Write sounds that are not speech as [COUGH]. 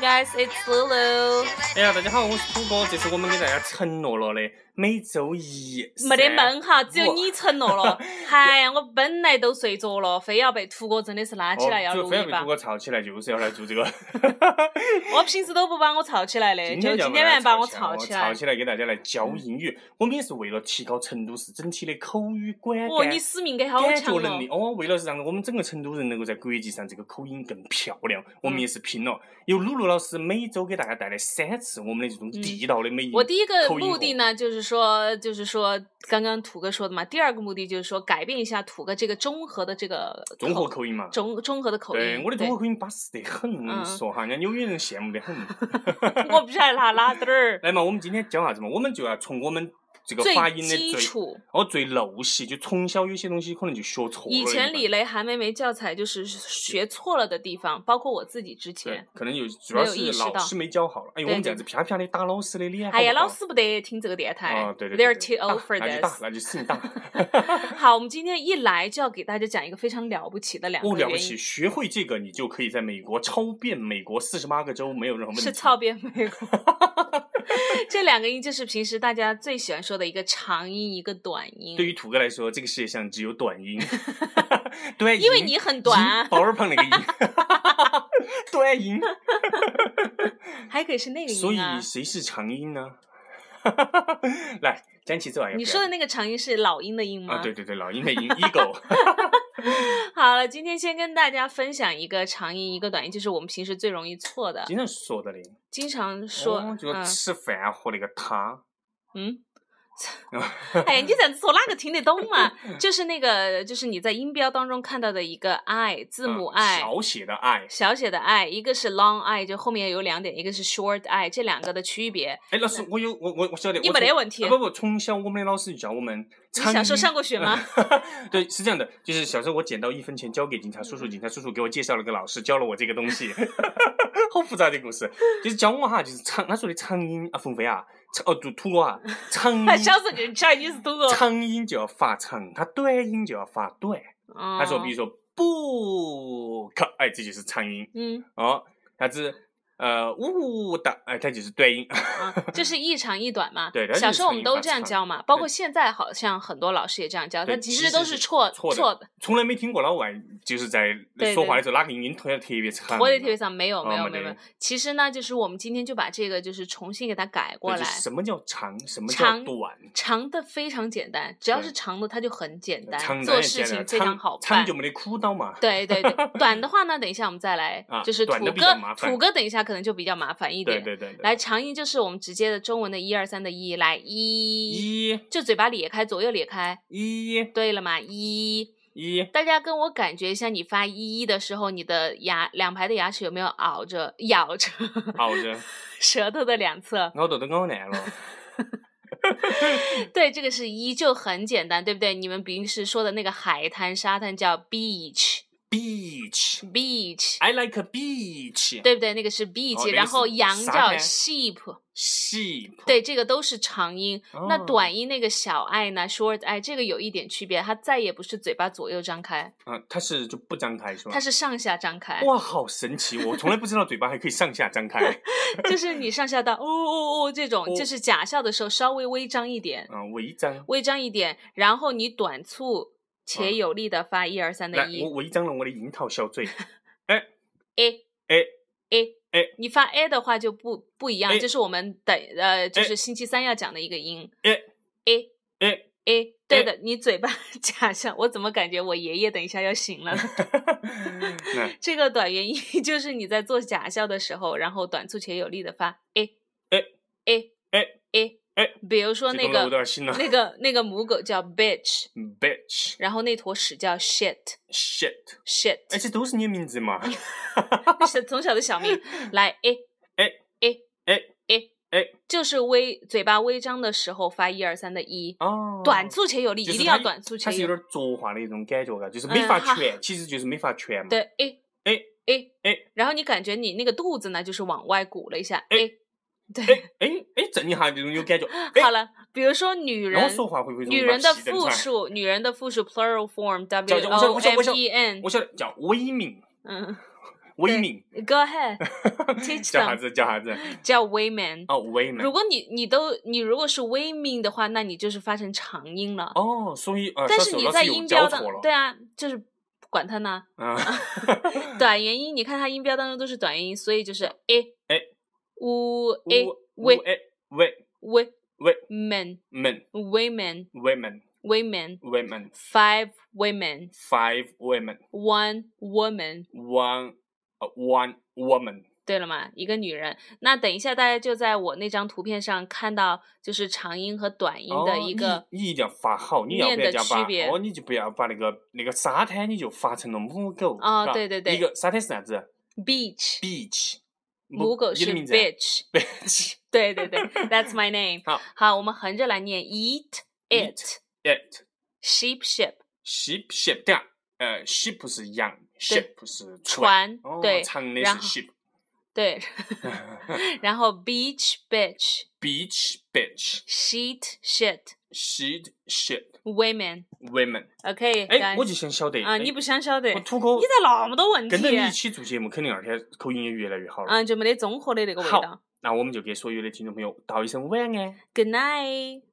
guys, it's Lulu。哎呀，大家好，我是土哥。这是我们给大家承诺了的，每周一。没得三梦哈，只有我你承诺了。嗨呀，我本来都睡着了，非要被土哥真的是拉起来要哦就录非要一被把土。哥吵起来，就是要来做 [LAUGHS] 这个。我平时都不把我吵起来的，就今要天晚上把我吵吵起起来，哦来吵。起来给大家来教英语。我们也是为了提高成都市整体的口语观感。哦，你使命感好感强觉哦能！力哦，为了是让我们整个成都人能够在国际上这个口音更漂亮，我们嗯也是拼了。由露露老师每周给大家带来三次我们的这种地道的美音。嗯我第一个口音目的呢，就是说，就是说，刚刚土哥说的嘛。第二个目的就是说，改变一下土哥这个中和的这个综合口口音嘛，中中和的口音。对，我的对综合口音巴适得很，我跟你嗯说哈，人家纽约人羡慕得很。我不晓得他哪点儿。 [LAUGHS] 来嘛，我们今天讲啥子嘛？我们就要从我们这个发最音的基最础，哦最陋习，就从小有些东西可能就学错了。以前李的雷、韩梅梅教材就是学错了的地方，包括我自己之对前。，可能有主要没有意是识老到师没教好了。哎呦，对我们这对样子啪啪的打老师的脸。哎呀，好不好老师不得听这个电台、啊，对 t h e y 对对 r e 对 too old for 打那就打， this。那就使劲打。 [LAUGHS] 好，我们今天一来就要给大家讲一个非常了不起的两哦，个了不原起！因，学会这个，你就可以在美国超遍美国四十八个州，没有任何问题。是操遍美国。 [LAUGHS] 这两个音就是平时大家最喜欢说的一个长音，一个短音。对于土哥来说，这个世界上只有短 [LAUGHS] 音。 [LAUGHS] 对，因为音哦你很短啊音宝儿胖 [LAUGHS] 那个音，短音。还可以是那个所以音啊。谁是长音呢？ [LAUGHS] 来，讲起这玩意儿。你说的那个长音是老鹰的鹰吗？啊，对对对，老鹰的鹰 ego。 [LAUGHS] 好了，今天先跟大家分享一个长音，一个短音，就是我们平时最容易错的，经常说的嘞，经常说，哦就嗯是吃饭和那个他。 [LAUGHS] 嗯，哎呀，你这样子说哪个听得懂嘛？就是那个，就是你在音标当中看到的一个 i 字母嗯 i，、小写的爱。小写的 i，一个是 long i，就后面有两点，一个是 short i，这两个的区别，哎，老师，我有我我我晓得。嗯你我没从得问题啊不不，从小我们的老师就教我们长音。小时候上过学吗？ [LAUGHS] [LAUGHS] 对，是这样的，就是小时候我捡到一分钱交给警察叔叔，嗯警察叔叔给我介绍了个老师，教了我这个东西， [LAUGHS] 好复杂的 [LAUGHS] 故事。就是教我哈，就是长，他说的长音啊，冯飞啊，长哦，土土 [LAUGHS] 哥啊，长音，小时候就晓得你是读过。长音就要发长，它短音就要发短。他他说，比如说不可，哎，这就是长音嗯，哦。啥子呃呜的，哎，它就是短音。啊，就是一长一短嘛。 [LAUGHS] 对它小就是时候我长们音都发这样长教嘛，包括现在好像很多老师也这样教，对但其其实实都是是错错的错的， [LAUGHS] 从来没听过老外就是在对说对话的时候哪个音突然特别长，我也特别想没有哦没有没没有没有得。其实呢，就是我们今天就把这个就是重新给它改过对来就。什么叫长，什么叫长短？长的非常简单，只要对呃是长的它就很简单长，做短也事简情单非常好长办久。没得苦恼嘛。对对对， [LAUGHS] 短的话呢，等一下我们再来啊，就是土短的比较哥麻，烦土哥等一下可能就比较麻烦一对点。对对对，来，长音就是我们直接的中文的一二三的一，来一，一就嘴巴咧开，左右咧开，一对了嘛，一。一，大家跟我感觉一下，你发一的时候，你的牙两排的牙齿有没有咬着咬着熬着舌头的两侧？熬到都熬烂了。对，这个是一就很简单，对不对？你们平时说的那个海滩、沙滩叫 beach Beach, beach， I like a beach. 对不对？那个是 beach，、那个然后是羊哦沙叫滩 sheep， Sheep. 对，这个都是长音。那哦短音那个小 i 呢，short i，这个有一点区别，它再也不是嘴巴左右张开，啊，它是就不张开是吧它？是上下张开，哇，好神奇！我从来不知道嘴巴还可以上 [LAUGHS] 下张开。就是你上下到哦哦哦这种，就哦是假笑的时候稍微微张一点，啊，我一张，微张一点，然后你短促且嗯有力的发一二三的，来我一我一张了我的樱桃 [LAUGHS] 小嘴。 ，a 哎， a A 你发 a 的话就不不一样， A 就是我们等呃，就 A 是星期三要讲的一个音 A a 哎， a，对的，你嘴巴 [LAUGHS] 假笑，我怎么感觉我爷爷等一下要醒 [LAUGHS] 了？那这个短元音 [LAUGHS] 就是你在做假笑的时候，然后短促且有力的发 a A a A a A 比如说这那动作我都个要信了。那个那个母狗叫 bitch， Bitch, 然后那坨屎叫 shit shit， shit，哎，这都是你的名字嘛？那是从 [LAUGHS] 小的小名。来，a A a A a A 就是微嘴巴微张的时候发一二三的一，哦，短促且有力，就是一定要它短促它且是有有力。点作化的一种感觉嘎，就是没嗯法哈全，其实就是没法全嘛。对，a 哎 a A 然后你感觉你那个肚子呢，就是往外鼓了一下。 A a 哎对，哎哎，震一下这种有感觉。哎好了，比如说女然后人，说话会不会容易女把人的气震复出来？数，女人的复数 plural form 叫 w 叫我 o 叫我叫我 m 叫 e n，我晓得叫威名，嗯， [LAUGHS] women， ，Go ahead，teach 叫啥 them，子叫啥子？叫 women。哦，women 如。果你你都你如果是 women 的话，那你就是发成长音了。哦，所以呃，但射是手你老在有音交标错当了，对啊，就是管它呢， [LAUGHS] 嗯，短元音。你看它音标当中都是短元音，所以就是 a A u a 乌 we 乌哎喂 we 喂 men men women women women women five women five women one woman。 one 呃 one woman 对了嘛，一个女人。那等一下，大家就在我那张图片上看到，就是长音和短音的一个哦、你你一定要发好，你要念不要的讲区把别哦，你就不要把那个那个沙滩你就发成了母狗哦是吧对对对一个沙滩是啥子 beach， beach 母狗你是的名字啊 bitch。 beach 对对对，That's my name。 [LAUGHS] 好好，我们横着来念，eat Eat it at sheep ship sheep sheep 哎对啊，呃 sheep 是羊，sheep 是船哦，对长的是然后 sheep 对， [LAUGHS] 然后 beach bitch [LAUGHS] beach bitch sheet shit sheep sheep women。 women OK，哎，我就 guys。想晓得啊，你不想晓得？我你土狗咋那么多问题跟？着你一起做节目，肯定二天口音也越来越好啊了。嗯，就没得综合的那个味好道。那我们就给所有的听众朋友道一声晚安。 Good night。